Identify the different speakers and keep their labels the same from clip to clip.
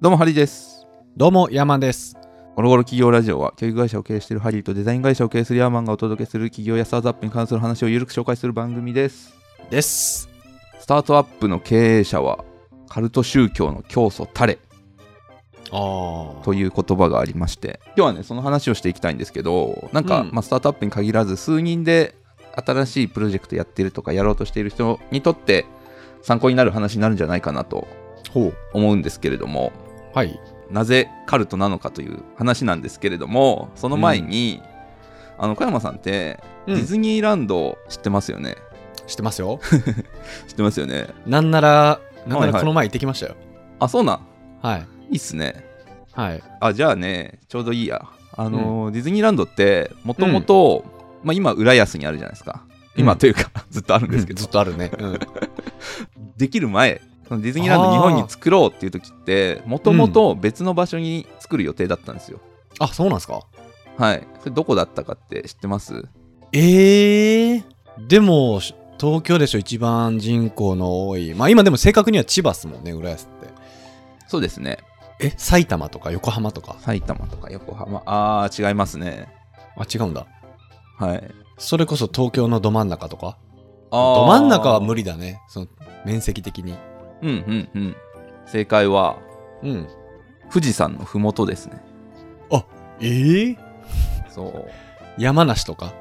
Speaker 1: どうもハリーです
Speaker 2: どうも、ヤーマンです。
Speaker 1: ゴロゴロ企業ラジオは教育会社を経営しているハリーとデザイン会社を経営するヤーマンがお届けする企業やスタートアップに関する話をゆるく紹介する番組です
Speaker 2: です。
Speaker 1: スタートアップの経営者はカルト宗教の教祖たれ
Speaker 2: ああ。
Speaker 1: という言葉がありまして今日はねその話をしていきたいんですけどなんか、
Speaker 2: うん
Speaker 1: まあ、スタートアップに限らず数人で新しいプロジェクトやってるとかやろうとしている人にとって参考になる話になるんじゃないかなと
Speaker 2: ほう。
Speaker 1: 思うんですけれども
Speaker 2: はい。
Speaker 1: なぜカルトなのかという話なんですけれどもその前に、あの小山さんって
Speaker 2: う
Speaker 1: デ
Speaker 2: ん
Speaker 1: ィズニーランド知ってますよね、
Speaker 2: 知ってますよ。
Speaker 1: 知ってますよね
Speaker 2: なんなら、なん
Speaker 1: は
Speaker 2: な
Speaker 1: は
Speaker 2: いら
Speaker 1: い
Speaker 2: この前行ってきましたよ。
Speaker 1: あそうなん
Speaker 2: はい。
Speaker 1: いいっすね
Speaker 2: はい。
Speaker 1: あじゃあねちょうどいいやあの、ディズニーランドってもともとまあ今浦安にあるじゃないですか今
Speaker 2: うん
Speaker 1: というか、 ずっとあるんですけど
Speaker 2: ずっとあるね。うん。
Speaker 1: できる前そのディズニーランド
Speaker 2: あー
Speaker 1: 日本に作ろうっていう時ってもともと別の場所に作る予定だったんですよ、
Speaker 2: あ、そうなんですか
Speaker 1: はいそれどこだったかって知ってます
Speaker 2: ええでも、し東京でしょ、一番人口の多い。まあ今でも正確には千葉っすもんね、浦安って。
Speaker 1: そうですね
Speaker 2: え、埼玉とか横浜とか。
Speaker 1: 埼玉とか横浜あー違いますね
Speaker 2: あ、違うんだ。
Speaker 1: はい
Speaker 2: それこそ東京のど真ん中とか。
Speaker 1: あー
Speaker 2: ど真ん中は無理だね。その、面積的に。
Speaker 1: うんうんうん正解は
Speaker 2: うん。
Speaker 1: 富士山のふもとですね
Speaker 2: ええ
Speaker 1: そう
Speaker 2: 山梨とか。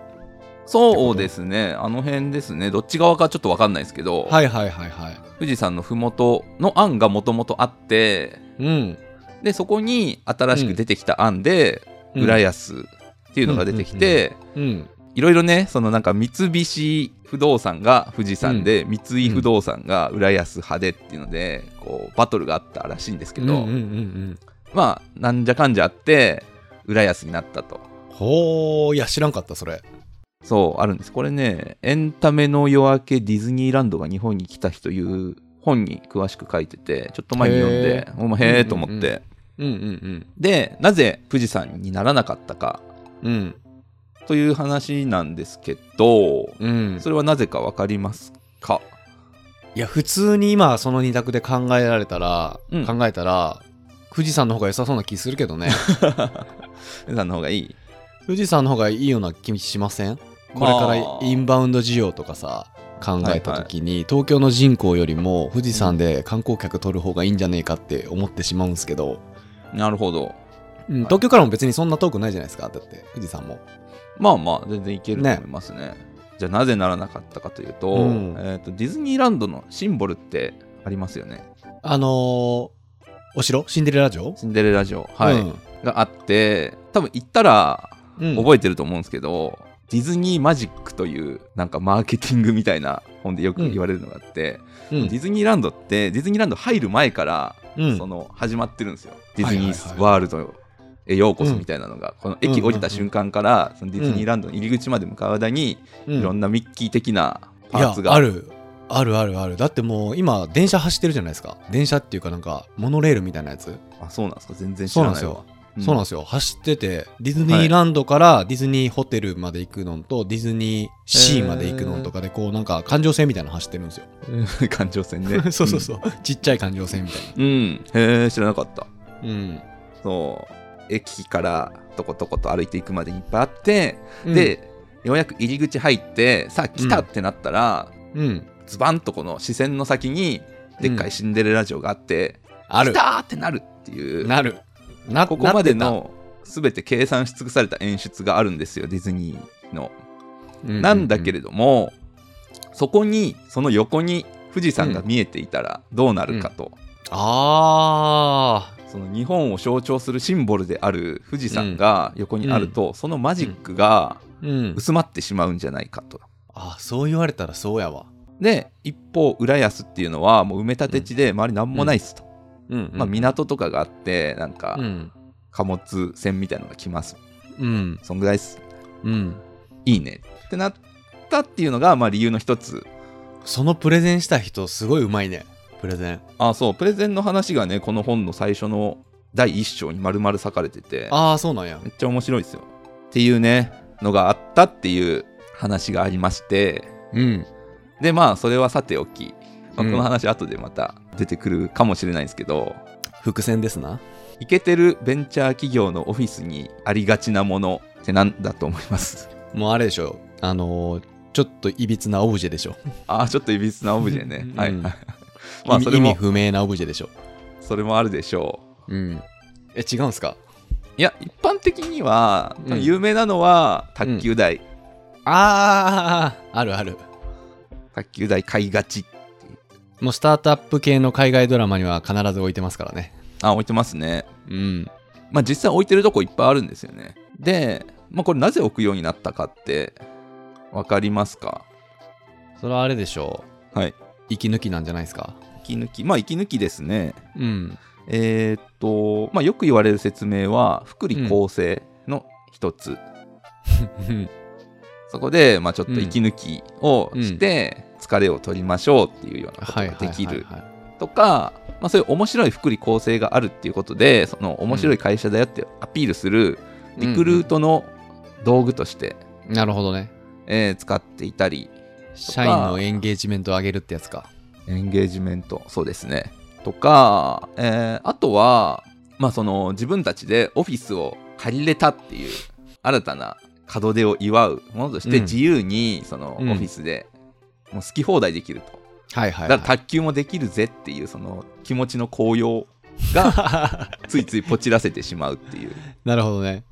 Speaker 1: そうですねあの辺ですねどっち側かちょっと分かんないですけど、
Speaker 2: はいはいはいはい。
Speaker 1: 富士山のふもとの案がもともとあって
Speaker 2: うん。
Speaker 1: でそこに新しく出てきた案で、浦
Speaker 2: や。
Speaker 1: 安っていうのが出てきて、
Speaker 2: うん。
Speaker 1: いろいろねそのなんか三菱不動産が富士山で、三井不動産が浦安派でっていうのでこうバトルがあったらしいんですけ
Speaker 2: うん
Speaker 1: ど、
Speaker 2: うんうんうん。
Speaker 1: まあなんじゃかんじゃあって浦安になったと
Speaker 2: ほー、いや、知らんかった、それ。
Speaker 1: そうあるんですこれね「エンタメの夜明けディズニーランドが日本に来た日」という本に詳しく書いててちょっと前に読んで
Speaker 2: へ
Speaker 1: お前へえと思って、
Speaker 2: うんうんうんうん
Speaker 1: でなぜ富士山にならなかったか
Speaker 2: うん。うん。
Speaker 1: という話なんですけど
Speaker 2: うん。
Speaker 1: それはなぜか分かりますか
Speaker 2: いや、普通に今、その二択で考えられたら、
Speaker 1: うん
Speaker 2: 考えたら、富士山の方が良さそうな気するけどね。
Speaker 1: 富士山の方がいい
Speaker 2: 富士山の方がいいような気しませんこれからインバウンド需要とかさ、考えた時に、東京の人口よりも富士山で観光客取る方がいいんじゃねえかって思ってしまうんですけど、
Speaker 1: なるほど
Speaker 2: うん東京からも別にそんな遠くないじゃないですか、だって、富士山も。
Speaker 1: まあまあ全然いけると
Speaker 2: ね
Speaker 1: 思いますねじゃあなぜならなかったかというと,、
Speaker 2: うん
Speaker 1: えー、とディズニーランドのシンボルってありますよね
Speaker 2: あのー、お城シンデレラ城
Speaker 1: シンデレラ城、はい
Speaker 2: うん
Speaker 1: があって多分行ったら
Speaker 2: うん
Speaker 1: 覚えてると思うんですけど、ディズニーマジックというなんかマーケティングみたいな本でよく言われるのがあって、
Speaker 2: うん
Speaker 1: ディズニーランドってディズニーランド入る前から、
Speaker 2: うん
Speaker 1: その始まってるんですよディズ
Speaker 2: は
Speaker 1: ニ
Speaker 2: いはいは
Speaker 1: ー
Speaker 2: い
Speaker 1: ワールドへようこそみたいなのが、この駅降りた瞬間から、そのディズニーランドの入り口まで向かう間に、いろんなミッキー的なパーツ
Speaker 2: いやあ
Speaker 1: が
Speaker 2: るあるあるあるだってもう今電車走ってるじゃないですか電車っていうかなんかモノレールみたいなやつ、
Speaker 1: あそうなんですか全然知らないわ
Speaker 2: そうなんですよ走っててディズニーランドからディズニーホテルまで行くのとディズニーシーまで行くのとかでこうなんか環状線みたいなの走ってるんですよ、
Speaker 1: うん環状線ね
Speaker 2: そうそうそう、ちっちゃい環状線みたい
Speaker 1: うん、うんへえ知らなかった
Speaker 2: なうん
Speaker 1: そう駅からとことこと歩いていくまでにいっぱいあって、でようやく入り口入ってさあ来たってなったら、
Speaker 2: うん
Speaker 1: ズバンとこの視線の先にでっかいシンデレラ城があって、
Speaker 2: ある
Speaker 1: 来たーってなるっていう
Speaker 2: なるな
Speaker 1: ここまで
Speaker 2: なって
Speaker 1: の全て計算し尽くされた演出があるんですよディズニーの。
Speaker 2: たううう
Speaker 1: なんだけれども、そこにその横に富士山が見えていたらどうなるかと、
Speaker 2: ああ
Speaker 1: その日本を象徴するシンボルである富士山が横にあると、そのマジックが
Speaker 2: うん
Speaker 1: 薄まってしまうんじゃないかと。
Speaker 2: あそう言われたらそうやわ
Speaker 1: で一方浦安っていうのはもう埋め立て地で周り何もないっすと、
Speaker 2: うん
Speaker 1: まあ、港とかがあってなんか
Speaker 2: うん
Speaker 1: 貨物船みたいなのが来ます
Speaker 2: うん
Speaker 1: そんぐらいっす
Speaker 2: うん
Speaker 1: いいねってなったっていうのがまあ理由の一つ
Speaker 2: そのプレゼンした人すごいうまいねプレゼン
Speaker 1: あそうプレゼンの話がねこの本の最初の第一章に丸々裂かれてて
Speaker 2: ああそうなんや
Speaker 1: めっちゃ面白いですよっていうねのがあったっていう話がありまして
Speaker 2: うん
Speaker 1: でまあそれはさておき、まあ
Speaker 2: うん
Speaker 1: この話後でまた出てくるかもしれないんですけど、
Speaker 2: 伏線ですな
Speaker 1: イケてるベンチャー企業のオフィスにありがちなものってなんだと思い ます
Speaker 2: もうあれでしょあのーちょっといびつなオブジェでし ょ
Speaker 1: ああちょっといびつなオブジェね
Speaker 2: うん
Speaker 1: はい、
Speaker 2: うん
Speaker 1: まあ
Speaker 2: 意
Speaker 1: そ
Speaker 2: 味
Speaker 1: れ
Speaker 2: 意味
Speaker 1: も
Speaker 2: 不明なオブジェでしょ
Speaker 1: それもあるでしょう
Speaker 2: うんえ違うんすか
Speaker 1: いや一般的には多分
Speaker 2: うん
Speaker 1: 有名なのは卓球台、
Speaker 2: あーあるある
Speaker 1: 卓球台買いがち
Speaker 2: もうスタートアップ系の海外ドラマには必ず置いてますからね
Speaker 1: あ置いてますね
Speaker 2: うん
Speaker 1: まあ実際置いてるとこいっぱいあるんですよねで、まあ、これなぜ置くようになったかってわかりますか
Speaker 2: それはあれでしょ
Speaker 1: はい。
Speaker 2: 息抜きなんじゃないですか
Speaker 1: 息抜き。まあ、息抜きですね。
Speaker 2: うん
Speaker 1: えーっと、まあ、よく言われる説明は、福利厚生の一つ。そこで、まあ、ちょっと息抜きをして、疲れを取りましょうっていうようなこと
Speaker 2: はい
Speaker 1: ができる
Speaker 2: はいはいはい
Speaker 1: とか、まあ、そういう面白い福利厚生があるっていうことで、その面白い会社だよってアピールするリクルートの道具として、
Speaker 2: うんうんなるほどね
Speaker 1: えー使っていたり、
Speaker 2: 社員のエンゲージメントを上げるってやつか
Speaker 1: エンゲージメント、そうですね。とか、えーあとは、まあ、その自分たちでオフィスを借りれたっていう新たな門出を祝うものとして
Speaker 2: うん
Speaker 1: 自由にそのオフ
Speaker 2: うん
Speaker 1: ィスでもう好き放題できると、
Speaker 2: はいはい、
Speaker 1: だ
Speaker 2: はい、
Speaker 1: から卓球もできるぜっていうその気持ちの高揚がついついポチらせてしまうっていう
Speaker 2: なるほどね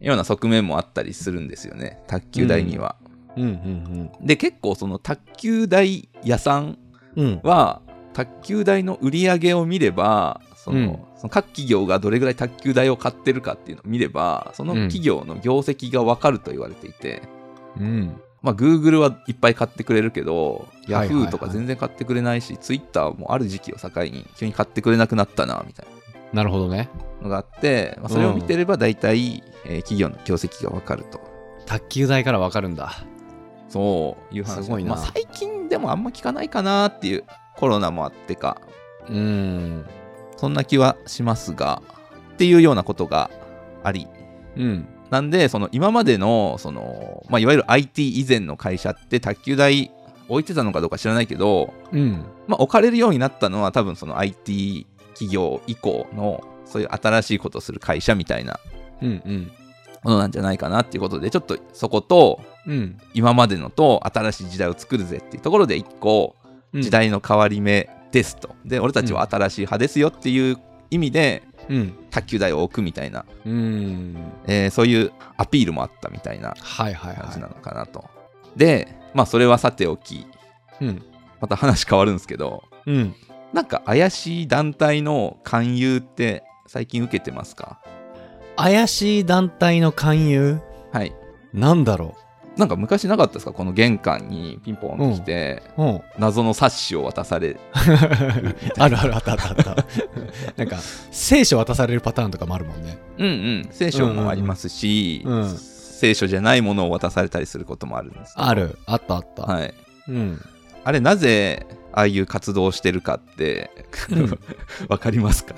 Speaker 1: ような側面もあったりするんですよね卓球台には。
Speaker 2: うんうん
Speaker 1: で結構その卓球台屋さん
Speaker 2: うんうん
Speaker 1: は卓球台の売り上げを見ればその、その各企業がどれぐらい卓球台を買ってるかっていうのを見ればその企業の業績が分かると言われていて、
Speaker 2: うん
Speaker 1: まあ Google はいっぱい買ってくれるけど、
Speaker 2: はいはいはい
Speaker 1: Yahoo とか全然買ってくれないし Twitter もある時期を境に急に買ってくれなくなったなみたい
Speaker 2: なるほどね
Speaker 1: なのがあって、まあ、それを見てれば大体、えー企業の業績が分かると。
Speaker 2: 卓球台からわかるんだ
Speaker 1: そういう話
Speaker 2: すごいな
Speaker 1: まあ、最近でもあんま聞かないかなっていうコロナもあってか
Speaker 2: うん
Speaker 1: そんな気はしますが、っていうようなことがあり。
Speaker 2: うん
Speaker 1: なんで、その今までの、その、まあ、いわゆる IT 以前の会社って卓球台置いてたのかどうか知らないけど、
Speaker 2: うん
Speaker 1: まあ、置かれるようになったのは多分その IT 企業以降の、そういう新しいことをする会社みたいな
Speaker 2: うんうん
Speaker 1: ものなんじゃないかなっていうことで、ちょっとそこと、
Speaker 2: うん
Speaker 1: 今までのと新しい時代を作るぜっていうところで一個、
Speaker 2: うん
Speaker 1: 時代の変わり目ですと。で、俺たちは新しい派ですよっていう意味で、
Speaker 2: うん
Speaker 1: 卓球台を置くみたいな、
Speaker 2: うん
Speaker 1: えーそういうアピールもあったみたいな
Speaker 2: はいはい
Speaker 1: 感じな
Speaker 2: は
Speaker 1: のかなと。で、まあそれはさておき、
Speaker 2: いうん
Speaker 1: また話変わるんですけど、
Speaker 2: うん
Speaker 1: なんか怪しい団体の勧誘って最近受けてますか
Speaker 2: 怪しい団体の勧誘
Speaker 1: はい。
Speaker 2: なんだろ
Speaker 1: なんか昔なかったですかこの玄関にピンポンと来て、
Speaker 2: ううん
Speaker 1: 謎の冊子を渡され、
Speaker 2: あるあるあったあったあった なんか聖書渡されるパターンとかもあるもんね
Speaker 1: うんうん、聖書もありますし、
Speaker 2: うんうんうん
Speaker 1: 聖書じゃないものを渡されたりすることもあるんですけど
Speaker 2: あ。るあったあった、
Speaker 1: はい。
Speaker 2: うん
Speaker 1: あれなぜああいう活動をしてるかって
Speaker 2: うん
Speaker 1: わかりますか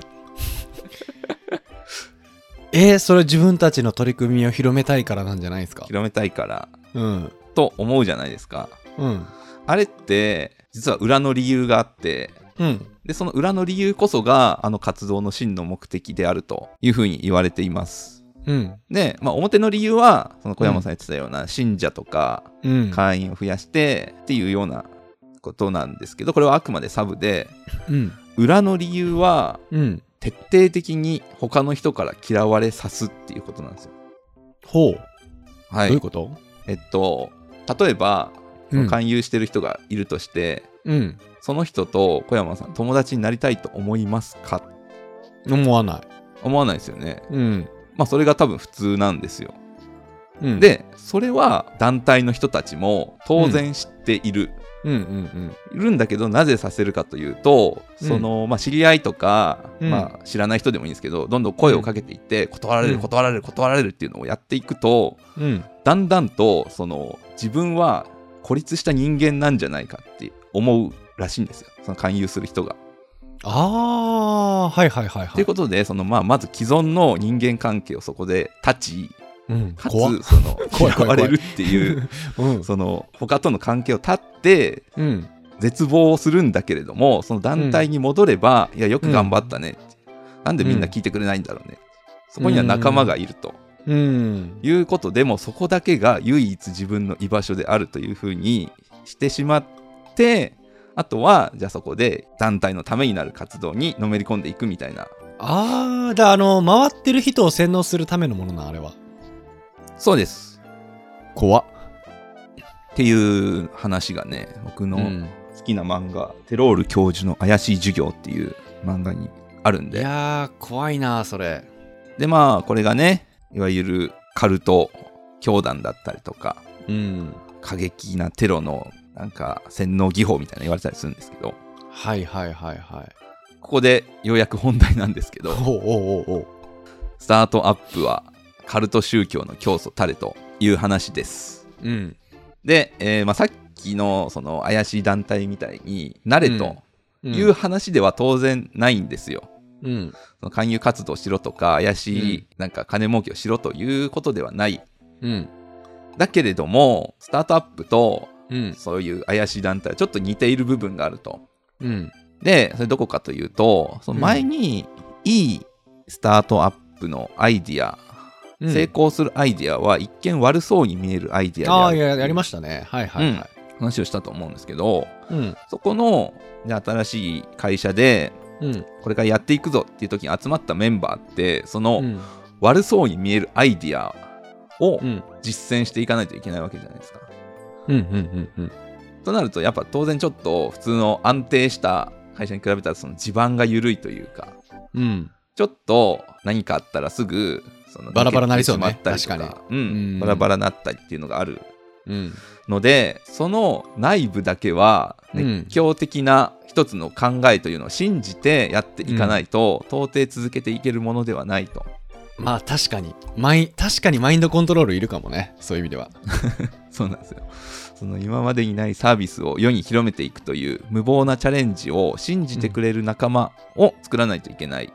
Speaker 2: えー、それ自分たちの取り組みを広めたいからなんじゃないですか
Speaker 1: 広めたいから
Speaker 2: うん
Speaker 1: と思うじゃないですか
Speaker 2: うん
Speaker 1: あれって実は裏の理由があって
Speaker 2: うん
Speaker 1: でその裏の理由こそがあの活動の真の目的であるというふうに言われています
Speaker 2: うん
Speaker 1: で、まあ、表の理由はその小山さん言ってたような信者とか
Speaker 2: うん
Speaker 1: 会員を増やしてっていうようなことなんですけどこれはあくまでサブで
Speaker 2: うん
Speaker 1: 裏の理由は
Speaker 2: うん
Speaker 1: 徹底的に他の人から嫌われさすっていうことなんですよ
Speaker 2: ほう、
Speaker 1: は
Speaker 2: どうい。
Speaker 1: いう
Speaker 2: こと
Speaker 1: えっと、例えば、
Speaker 2: うん
Speaker 1: 勧誘してる人がいるとして、
Speaker 2: うん
Speaker 1: その人と小山さん、友達になりたいと思いますか
Speaker 2: 思わない
Speaker 1: 思わないですよね。
Speaker 2: うん
Speaker 1: まあ、それが多分普通なんですよ。
Speaker 2: うん
Speaker 1: で、それは団体の人たちも当然知っている。
Speaker 2: うんうん
Speaker 1: いるんだけど、なぜさせるかというと、その、まあ、知り合いとか、
Speaker 2: うん
Speaker 1: まあ、知らない人でもいいんですけど、どんどん声をかけていって、断られ
Speaker 2: う
Speaker 1: る、
Speaker 2: ん
Speaker 1: 断られる、断られるっていうのをやっていくと、
Speaker 2: うんうん
Speaker 1: だんだんとその自分は孤立した人間なんじゃないかって思うらしいんですよその勧誘する人が。と、
Speaker 2: ああはいはいはいはい
Speaker 1: い、うことでその、まあ、まず既存の人間関係をそこで断ち
Speaker 2: うん
Speaker 1: かつ
Speaker 2: 怖っ
Speaker 1: その
Speaker 2: 怖い怖い
Speaker 1: 嫌
Speaker 2: 怖
Speaker 1: わ
Speaker 2: い
Speaker 1: れるっていう
Speaker 2: う ん
Speaker 1: その他との関係を断って
Speaker 2: うん
Speaker 1: 絶望するんだけれどもその団体に戻れば、いやよく頑張ったねって、なんでみんな聞いてくれないんだろうね。そこには仲間がいると。
Speaker 2: うん。
Speaker 1: いうことでもそこだけが唯一自分の居場所であるというふうにしてしまってあとはじゃあそこで団体のためになる活動にのめり込んでいくみたいな
Speaker 2: ああ、だあの、回ってる人を洗脳するためのものな、あれは。
Speaker 1: そうです
Speaker 2: 怖っ。
Speaker 1: っていう話がね僕
Speaker 2: う
Speaker 1: の
Speaker 2: ん。
Speaker 1: 好きな漫画、テロール教授の怪しい授業っていう漫画にあるん
Speaker 2: い
Speaker 1: で
Speaker 2: やー、怖いな、それ。
Speaker 1: でまあこれがねいわゆるカルト教団だったりとか
Speaker 2: うん。
Speaker 1: 過激なテロのなんか洗脳技法みたいなの言われたりするんですけど
Speaker 2: はいはいはいはい。
Speaker 1: ここでようやく本題なんですけ
Speaker 2: お
Speaker 1: ど
Speaker 2: うおうおうおう。
Speaker 1: スタートアップはカルト宗教の教祖たれという話です。
Speaker 2: うん。
Speaker 1: で、えーまあ、さっきのその怪しい団体みたいになれとい
Speaker 2: うん
Speaker 1: う話では当然ないんですよ。
Speaker 2: うん。
Speaker 1: その勧誘活動しろとか怪し
Speaker 2: うん
Speaker 1: いなんか金儲けをしろということではない。
Speaker 2: うん。
Speaker 1: だけれどもスタートアップと
Speaker 2: うん。
Speaker 1: そういう怪しい団体はちょっと似ている部分があると。
Speaker 2: うん。
Speaker 1: でそれどこかというとその前にいいスタートアップのアイディア
Speaker 2: うん
Speaker 1: 成功するアイディアは一見悪そうに見えるアイディ
Speaker 2: あ
Speaker 1: ア
Speaker 2: あ、い
Speaker 1: である
Speaker 2: や、やりましたね。はいはいはい。
Speaker 1: 話をしたと思うんですけど
Speaker 2: うん。
Speaker 1: そこのじゃあ新しい会社で
Speaker 2: うん。
Speaker 1: これからやっていくぞっていう時に集まったメンバーってその
Speaker 2: うん。
Speaker 1: 悪そうに見えるアイディアを
Speaker 2: うん。
Speaker 1: 実践していかないといけないわけじゃないですか。
Speaker 2: うん。うん。うん。
Speaker 1: となるとやっぱ当然ちょっと普通の安定した会社に比べたらその地盤が緩いというか
Speaker 2: うん。
Speaker 1: ちょっと何かあったらすぐその
Speaker 2: バラバラなりそうね
Speaker 1: 抜けてしまったりとかうん
Speaker 2: うん
Speaker 1: バラバラなったりっていうのがある
Speaker 2: うん。
Speaker 1: のでその内部だけは
Speaker 2: うん
Speaker 1: 熱狂的な一つの考えというのを信じてやっていかないと、到底続けていけるものではないと
Speaker 2: まあ確かにマイン確かにマインドコントロールいるかもねそういう意味では
Speaker 1: そうなんですよその今までにないサービスを世に広めていくという無謀なチャレンジを信じてくれる仲間を作らないといけない、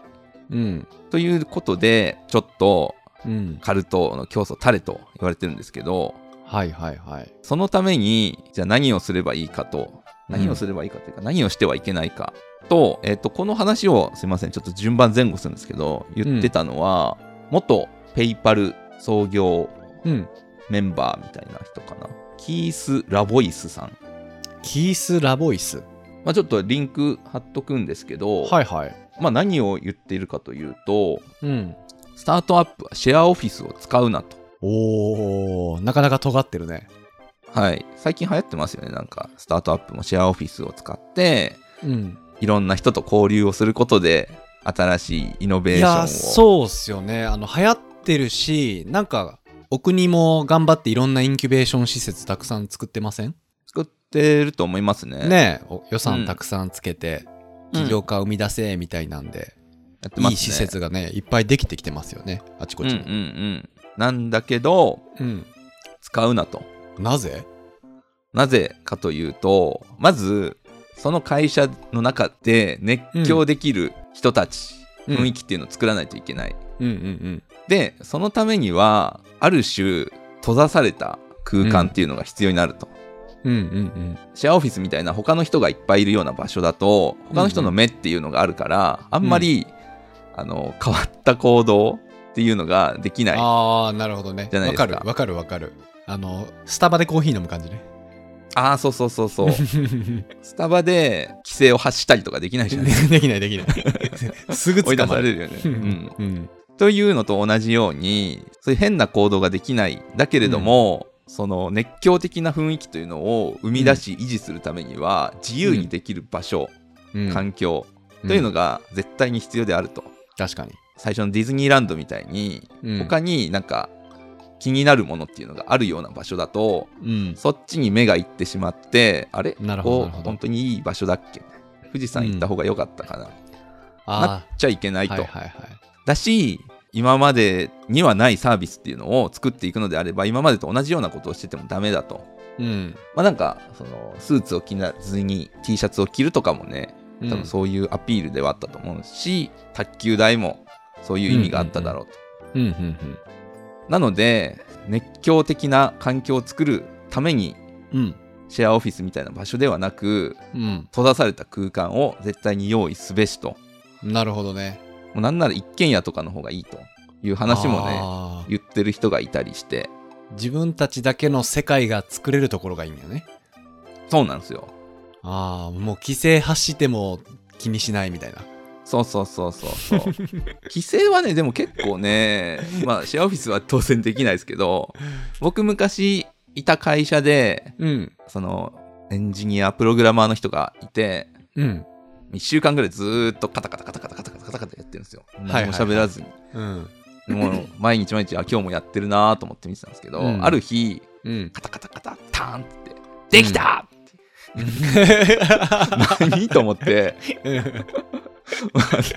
Speaker 2: うん
Speaker 1: ということでちょっと
Speaker 2: うん
Speaker 1: カルトの教祖タレと言われてるんですけど
Speaker 2: はいはいはい
Speaker 1: そのためにじゃあ何をすればいいかと
Speaker 2: うん
Speaker 1: 何をすればいいかというか、何をしてはいけないかと,、えっとこの話をすいませんちょっと順番前後するんですけど言ってたのは、元ペイパル創業
Speaker 2: うん
Speaker 1: メンバーみたいな人かなキース・ラボイスさん、
Speaker 2: キース・ラボイス
Speaker 1: まあ、ちょっとリンク貼っとくんですけど、
Speaker 2: はいはい
Speaker 1: まあ、何を言っているかというと
Speaker 2: うん
Speaker 1: スタートアップはシェアオフィスを使うなと。
Speaker 2: おーなかなか尖ってるね
Speaker 1: はい、最近流行ってますよねなんかスタートアップもシェアオフィスを使って
Speaker 2: うん
Speaker 1: いろんな人と交流をすることで新しいイノベー
Speaker 2: い
Speaker 1: ションを
Speaker 2: やそうっすよねあの流行ってるしなんかお国も頑張っていろんなインキュベーション施設たくさん作ってません
Speaker 1: 作ってると思いますね。
Speaker 2: ねえお予
Speaker 1: う
Speaker 2: 算
Speaker 1: ん
Speaker 2: たくさんつけて
Speaker 1: うん
Speaker 2: 起業家生み出せみたいなんで、
Speaker 1: やってますね
Speaker 2: いい施設がねいっぱいできてきてますよねあちこ
Speaker 1: うん
Speaker 2: ち
Speaker 1: うんう
Speaker 2: に
Speaker 1: ん。なんだけど
Speaker 2: うん
Speaker 1: 使うなと。
Speaker 2: なぜ
Speaker 1: なぜかというとまずその会社の中で熱狂できる人たち、
Speaker 2: うん
Speaker 1: 雰囲気っていうのを作らないといけない。
Speaker 2: うんうん
Speaker 1: でそのためにはある種閉ざされた空間っていうのが必要になると。
Speaker 2: うんうんうん
Speaker 1: シェアオフィスみたいな他の人がいっぱいいるような場所だと他の人の目っていうのがあるから、あんまり、あの変わった行動っていうのができない
Speaker 2: ああなるほどね
Speaker 1: じゃない
Speaker 2: わ
Speaker 1: ですか
Speaker 2: かるわかるわかるあのスタバでコーヒー飲む感じね
Speaker 1: ああそうそうそう そうスタバで規制を発したりとかできないじゃないですか
Speaker 2: できないできない すぐ
Speaker 1: 追い出
Speaker 2: 捕ま
Speaker 1: さ
Speaker 2: る
Speaker 1: れるよね、
Speaker 2: う
Speaker 1: うんん、
Speaker 2: うん
Speaker 1: というのと同じようにそういう変な行動ができないだけれども、その熱狂的な雰囲気というのを生み出し維持するためには自由にできる場所、
Speaker 2: うん
Speaker 1: 環境というのが絶対に必要であると、
Speaker 2: 確かに
Speaker 1: 最初のディズニーランドみたいに
Speaker 2: うん
Speaker 1: 他になんか気になるものっていうのがあるような場所だと
Speaker 2: うん
Speaker 1: そっちに目が行ってしまってあれ
Speaker 2: なるほど
Speaker 1: こ
Speaker 2: なる
Speaker 1: こ
Speaker 2: ほど
Speaker 1: 本当にいい場所だっけ富士山行った方が良かったかな、なっ
Speaker 2: あ
Speaker 1: ちゃいけな
Speaker 2: あ
Speaker 1: いと、
Speaker 2: はいはいはい
Speaker 1: だし今までにはないサービスっていうのを作っていくのであれば今までと同じようなことをしててもダメだと
Speaker 2: うん
Speaker 1: まあなんかそのスーツを着なずに T シャツを着るとかもね
Speaker 2: うん
Speaker 1: 多分そういうアピールではあったと思うし、卓球台もそういう意味があっただろうと、
Speaker 2: うんうんうん
Speaker 1: なので熱狂的な環境を作るために
Speaker 2: うん
Speaker 1: シェアオフィスみたいな場所ではなく
Speaker 2: うん
Speaker 1: 閉ざされた空間を絶対に用意すべしと
Speaker 2: なるほどね
Speaker 1: もうなんなら一軒家とかの方がいいという話もね
Speaker 2: あー
Speaker 1: 言ってる人がいたりして
Speaker 2: 自分たちだけの世界が作れるところがいいんだよね
Speaker 1: そうなんですよ
Speaker 2: ああもう規制発しても気にしないみたいな
Speaker 1: そうそうそうそう そう規制はねでも結構ねまあシェアオフィスは当然できないですけど僕昔いた会社で
Speaker 2: うん
Speaker 1: そのエンジニアプログラマーの人がいて
Speaker 2: うん
Speaker 1: 1週間ぐらいずーっとカタカタカタカタカタカタカタカタやってるんですよ
Speaker 2: はい
Speaker 1: 何
Speaker 2: はい
Speaker 1: も喋らずに、
Speaker 2: うん
Speaker 1: もう毎日毎日あ今日もやってるなーと思って見てたんですけど、
Speaker 2: うん
Speaker 1: ある日
Speaker 2: うん
Speaker 1: カタカタカタターンって「できた 何と思ってまあじ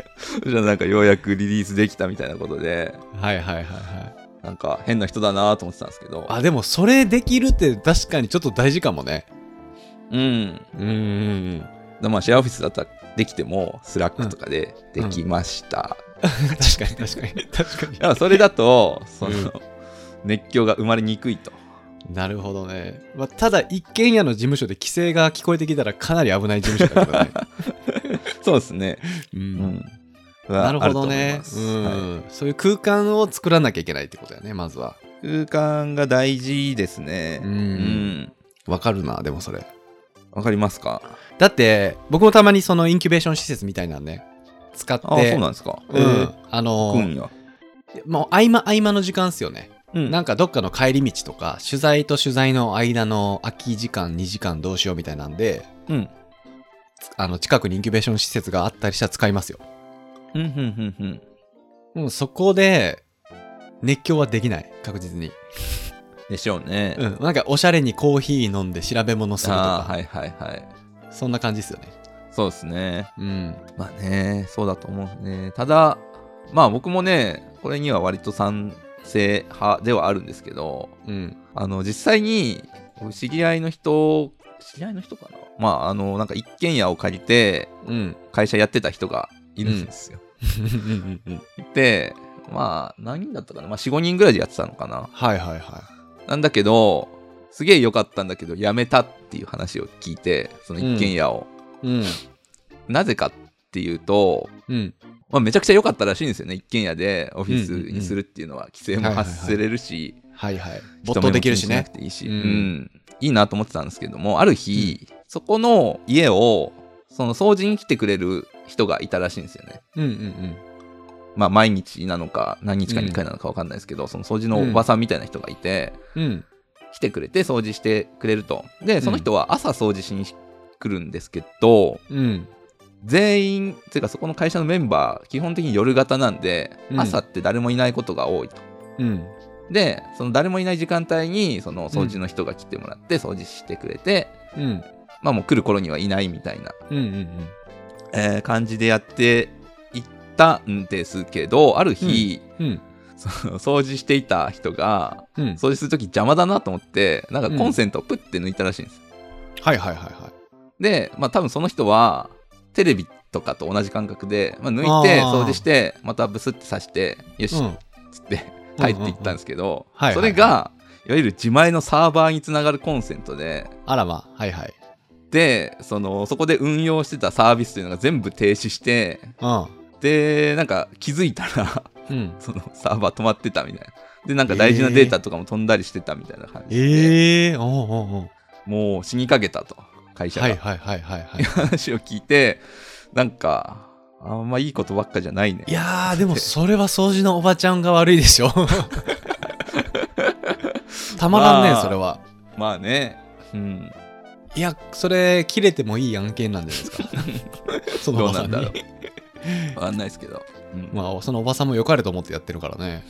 Speaker 1: ゃあなんかようやくリリースできたみたいなことで
Speaker 2: はいはいはいはい
Speaker 1: なんか変な人だなと思ってたんですけど
Speaker 2: あでもそれできるって確かにちょっと大事かもね
Speaker 1: うん
Speaker 2: うんうん
Speaker 1: でまあシェアオフィスだったらできてもスラックとかでできました、
Speaker 2: 確かに確かに確
Speaker 1: だか
Speaker 2: から
Speaker 1: それだとその、
Speaker 2: うん
Speaker 1: 熱狂が生まれにくいと
Speaker 2: になるほどね、まあ、ただ一軒家の事務所で規制が聞こえてきたらかなり危ない事務所だけどね、
Speaker 1: そうですね
Speaker 2: う、
Speaker 1: うんん
Speaker 2: なるほど
Speaker 1: あ
Speaker 2: ね
Speaker 1: ると
Speaker 2: う
Speaker 1: 思います
Speaker 2: ん、そういう空間を作らなきゃいけないってことだよねまず
Speaker 1: は
Speaker 2: は
Speaker 1: い空間が大事ですね
Speaker 2: うん
Speaker 1: うん
Speaker 2: わかるなでもそれ
Speaker 1: わかりますか
Speaker 2: だって僕もたまにそのインキュベーション施設みたいなのね使って
Speaker 1: ああそうなんですか
Speaker 2: うんあの
Speaker 1: 行くんや
Speaker 2: もう合間合間の時間っすよね
Speaker 1: うん
Speaker 2: なんかどっかの帰り道とか取材と取材の間の空き時間2時間どうしようみたいなんで
Speaker 1: うん
Speaker 2: あの近くにインキュベーション施設があったりしたら使いますよ
Speaker 1: うんうんうんうん
Speaker 2: もうそこで熱狂はできない確実に、
Speaker 1: でしょうね、
Speaker 2: うん、なんかおしゃれにコーヒー飲んで調べ物すると
Speaker 1: あ
Speaker 2: か、
Speaker 1: あはいはいはい
Speaker 2: そんな感じですよね
Speaker 1: そうですね
Speaker 2: うん
Speaker 1: まあねそうだと思うねただまあ僕もねこれには割と賛成派ではあるんですけど
Speaker 2: うん
Speaker 1: あの実際に知り合いの人知り合いの人かなまああのなんか一軒家を借りて
Speaker 2: うん
Speaker 1: 会社やってた人がいるんですよ、
Speaker 2: うんうんうん
Speaker 1: でまあ何人だったかな、まあ、45人ぐらいでやってたのかな
Speaker 2: はいはいは
Speaker 1: なんだけどすげえ良かったんだけど辞めたっていう話を聞いてその一軒家を、
Speaker 2: いうん
Speaker 1: なぜかっていうと、
Speaker 2: うん
Speaker 1: まあ、めちゃくちゃ良かったらしいんですよね一軒家でオフィスにするっていうのは規制も発せれるし
Speaker 2: はいはい
Speaker 1: 人
Speaker 2: 没
Speaker 1: 目
Speaker 2: 頭
Speaker 1: も
Speaker 2: で
Speaker 1: 気
Speaker 2: き
Speaker 1: に
Speaker 2: る
Speaker 1: し
Speaker 2: し
Speaker 1: な
Speaker 2: ね
Speaker 1: くていいし、
Speaker 2: うん
Speaker 1: うんいいなと思ってたんですけどもある日、そこの家をその掃除に来てくれる人がいたらしいんですよね。
Speaker 2: うんうん
Speaker 1: まあ、毎日なのか何日か2回なのか分かんないですけど、その掃除のおばさんみたいな人がいて、
Speaker 2: うんうん
Speaker 1: 来てくれて掃除してくれるとでその人は朝掃除しに来るんですけど、
Speaker 2: うん
Speaker 1: 全員ていうかそこの会社のメンバー基本的に夜型なんで、
Speaker 2: うん
Speaker 1: 朝って誰もいないことが多いと
Speaker 2: うん
Speaker 1: でその誰もいない時間帯にその掃除の人が来てもらって掃除してくれて、
Speaker 2: うん
Speaker 1: まあもう来る頃にはいないみたいな、
Speaker 2: うんうん
Speaker 1: えー感じでやっていったんですけどある日、
Speaker 2: うん
Speaker 1: その掃除していた人が
Speaker 2: うん
Speaker 1: 掃除する時邪魔だなと思ってなんかコンセントをプッて抜いたらしいんです、
Speaker 2: はいはいはいはい
Speaker 1: でまあ多分その人はテレビとかと同じ感覚で、まあ、抜いて
Speaker 2: あー
Speaker 1: 掃除してまたブスって刺してよし、
Speaker 2: うん
Speaker 1: つって帰っていったんですけど、
Speaker 2: うんうんはい
Speaker 1: それがいわゆる自前のサーバーにつながるコンセントで
Speaker 2: あらまはいはい
Speaker 1: でそのそこで運用してたサービスというのが全部停止してでなんか気づいたら
Speaker 2: うんうん
Speaker 1: そのサーバー止まってたみたいなでなんか大事なデータとかも飛んだりしてたみたいな感じで、
Speaker 2: ええおうおうおう
Speaker 1: もう死にかけたと会社が、
Speaker 2: はいはいはいはいはい
Speaker 1: 話を聞いてなんかあんまいいことばっかじゃないね
Speaker 2: いやーでもそれは掃除のおばちゃんが悪い でしょたまらん
Speaker 1: ま
Speaker 2: ね
Speaker 1: あ
Speaker 2: それは
Speaker 1: まあねうん
Speaker 2: いやそれ切れてもいい案件なんじゃない ですかそのおばさん
Speaker 1: どうなんだ
Speaker 2: に
Speaker 1: ろわかんないですけど、うん
Speaker 2: まあそのおばさんも良かれと思ってやってるからね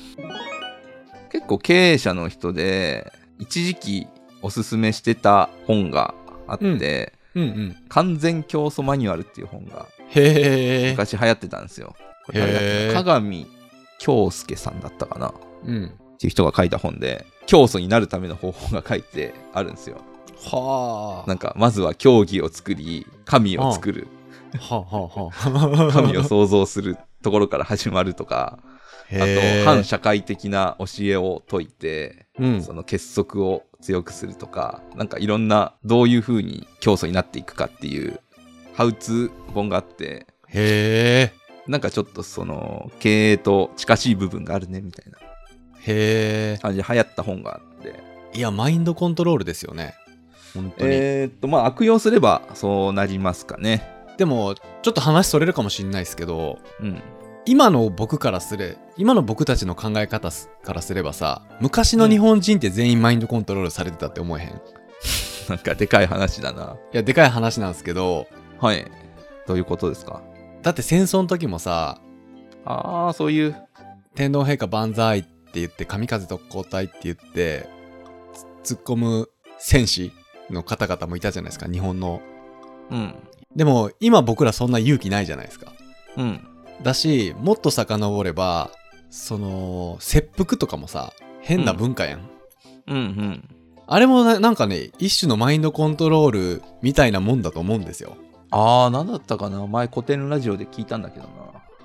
Speaker 1: 結構経営者の人で一時期おすすめしてた本があって、
Speaker 2: うんうん
Speaker 1: 完全競争マニュアルっていう本が
Speaker 2: へえ
Speaker 1: 昔流行ってたんですよ。これ誰だっけ
Speaker 2: へー
Speaker 1: な鏡京介さんだったかなっ
Speaker 2: うん
Speaker 1: ていう人が書いた本で競争になるための方法が書いてあるんですよ。
Speaker 2: はあ
Speaker 1: なんかまずは競技を作り神を作る
Speaker 2: はあはあはあ
Speaker 1: 神を想像するところから始まるとかあと反社会的な教えを解いて
Speaker 2: うん
Speaker 1: その結束を強くするとか、なんかいろんなどういう風に競争になっていくかっていう、ハウツー本があって、
Speaker 2: へえ
Speaker 1: なんかちょっとその経営と近しい部分があるねみたいな
Speaker 2: へえ
Speaker 1: 感じで流行った本があって
Speaker 2: いやマインドコントロールですよね本当に、
Speaker 1: えーっとまあ悪用すればそうなりますかね
Speaker 2: でもちょっと話それるかもしれないですけど
Speaker 1: うん
Speaker 2: 今の僕からすれ今の僕たちの考え方すからすればさ昔の日本人って全員マインドコントロールされてたって思えへん、い
Speaker 1: なんかでかい話だな
Speaker 2: やでかい話なんですけど
Speaker 1: はいどういうことですか
Speaker 2: だって戦争の時もさ
Speaker 1: ああそういう
Speaker 2: 天皇陛下万歳って言って神風特攻隊って言ってつ突っ込む戦士の方々もいたじゃないですか日本の
Speaker 1: うん
Speaker 2: でも今僕らそんな勇気ないじゃないですか
Speaker 1: うん
Speaker 2: だしもっと遡ればその切腹とかもさ変な文化やん、
Speaker 1: うんうん
Speaker 2: あれもななんかね一種のマインドコントロールみたいなもんだと思うんですよ
Speaker 1: ああ何だったかな前古典ラジオで聞いたんだけどな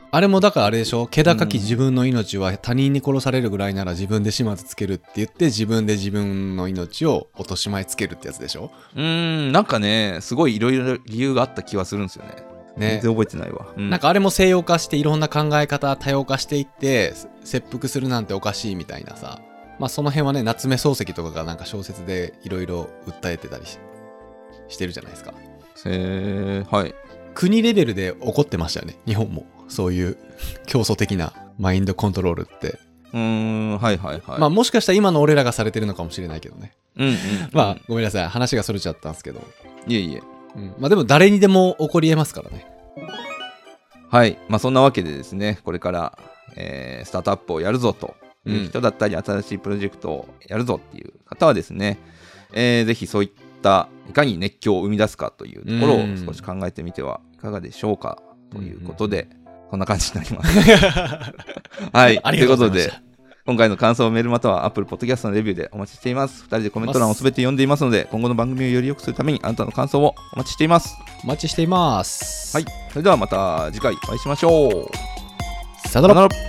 Speaker 2: あれもだからあれでしょ気高き
Speaker 1: うん
Speaker 2: 自分の命は他人に殺されるぐらいなら自分で始末つけるって言って自分で自分の命を落とし前つけるってやつでしょ
Speaker 1: うーんなんかねすごいいろいろ理由があった気はするんですよね全
Speaker 2: ね
Speaker 1: 然覚えてないわ、うん
Speaker 2: なんかあれも西洋化していろんな考え方多様化していってせ切腹するなんておかしいみたいなさまあその辺はね夏目漱石とかがなんか小説でいろいろ訴えてたりししてるじゃないですか
Speaker 1: えー、はい
Speaker 2: 国レベルで起こってましたよね日本もそういう 競争的なマインドコントロールって、
Speaker 1: うーんはいはいはい
Speaker 2: まあもしかしたら今の俺らがされてるのかもしれないけどね
Speaker 1: うんうん、
Speaker 2: まあ、ごめんなさい話がそれちゃったんですけど、
Speaker 1: いえいえ
Speaker 2: うんまあでも誰にでも起こりえますからね
Speaker 1: はい、まあ、そんなわけでですね、これから、えースタートアップをやるぞと
Speaker 2: う
Speaker 1: いうん人だったり、新しいプロジェクトをやるぞっていう方はですね、えーぜひそういったいかに熱狂を生み出すかというところ
Speaker 2: うん
Speaker 1: を少し考えてみてはいかがでしょうかということで、こんな感じになります。 はい、
Speaker 2: ありがとうござい
Speaker 1: と
Speaker 2: ま
Speaker 1: い
Speaker 2: し
Speaker 1: う
Speaker 2: た
Speaker 1: ことで、今回の感想をメールまたは Apple Podcast のレビューでお待ちしています。2人でコメント欄をすべて読んでいますので、今後の番組をより良くするためにあなたの感想をお待ちしています。
Speaker 2: お待ちしています
Speaker 1: はい、それではまた次回お会いしましょう。
Speaker 2: さよなら
Speaker 1: さよなら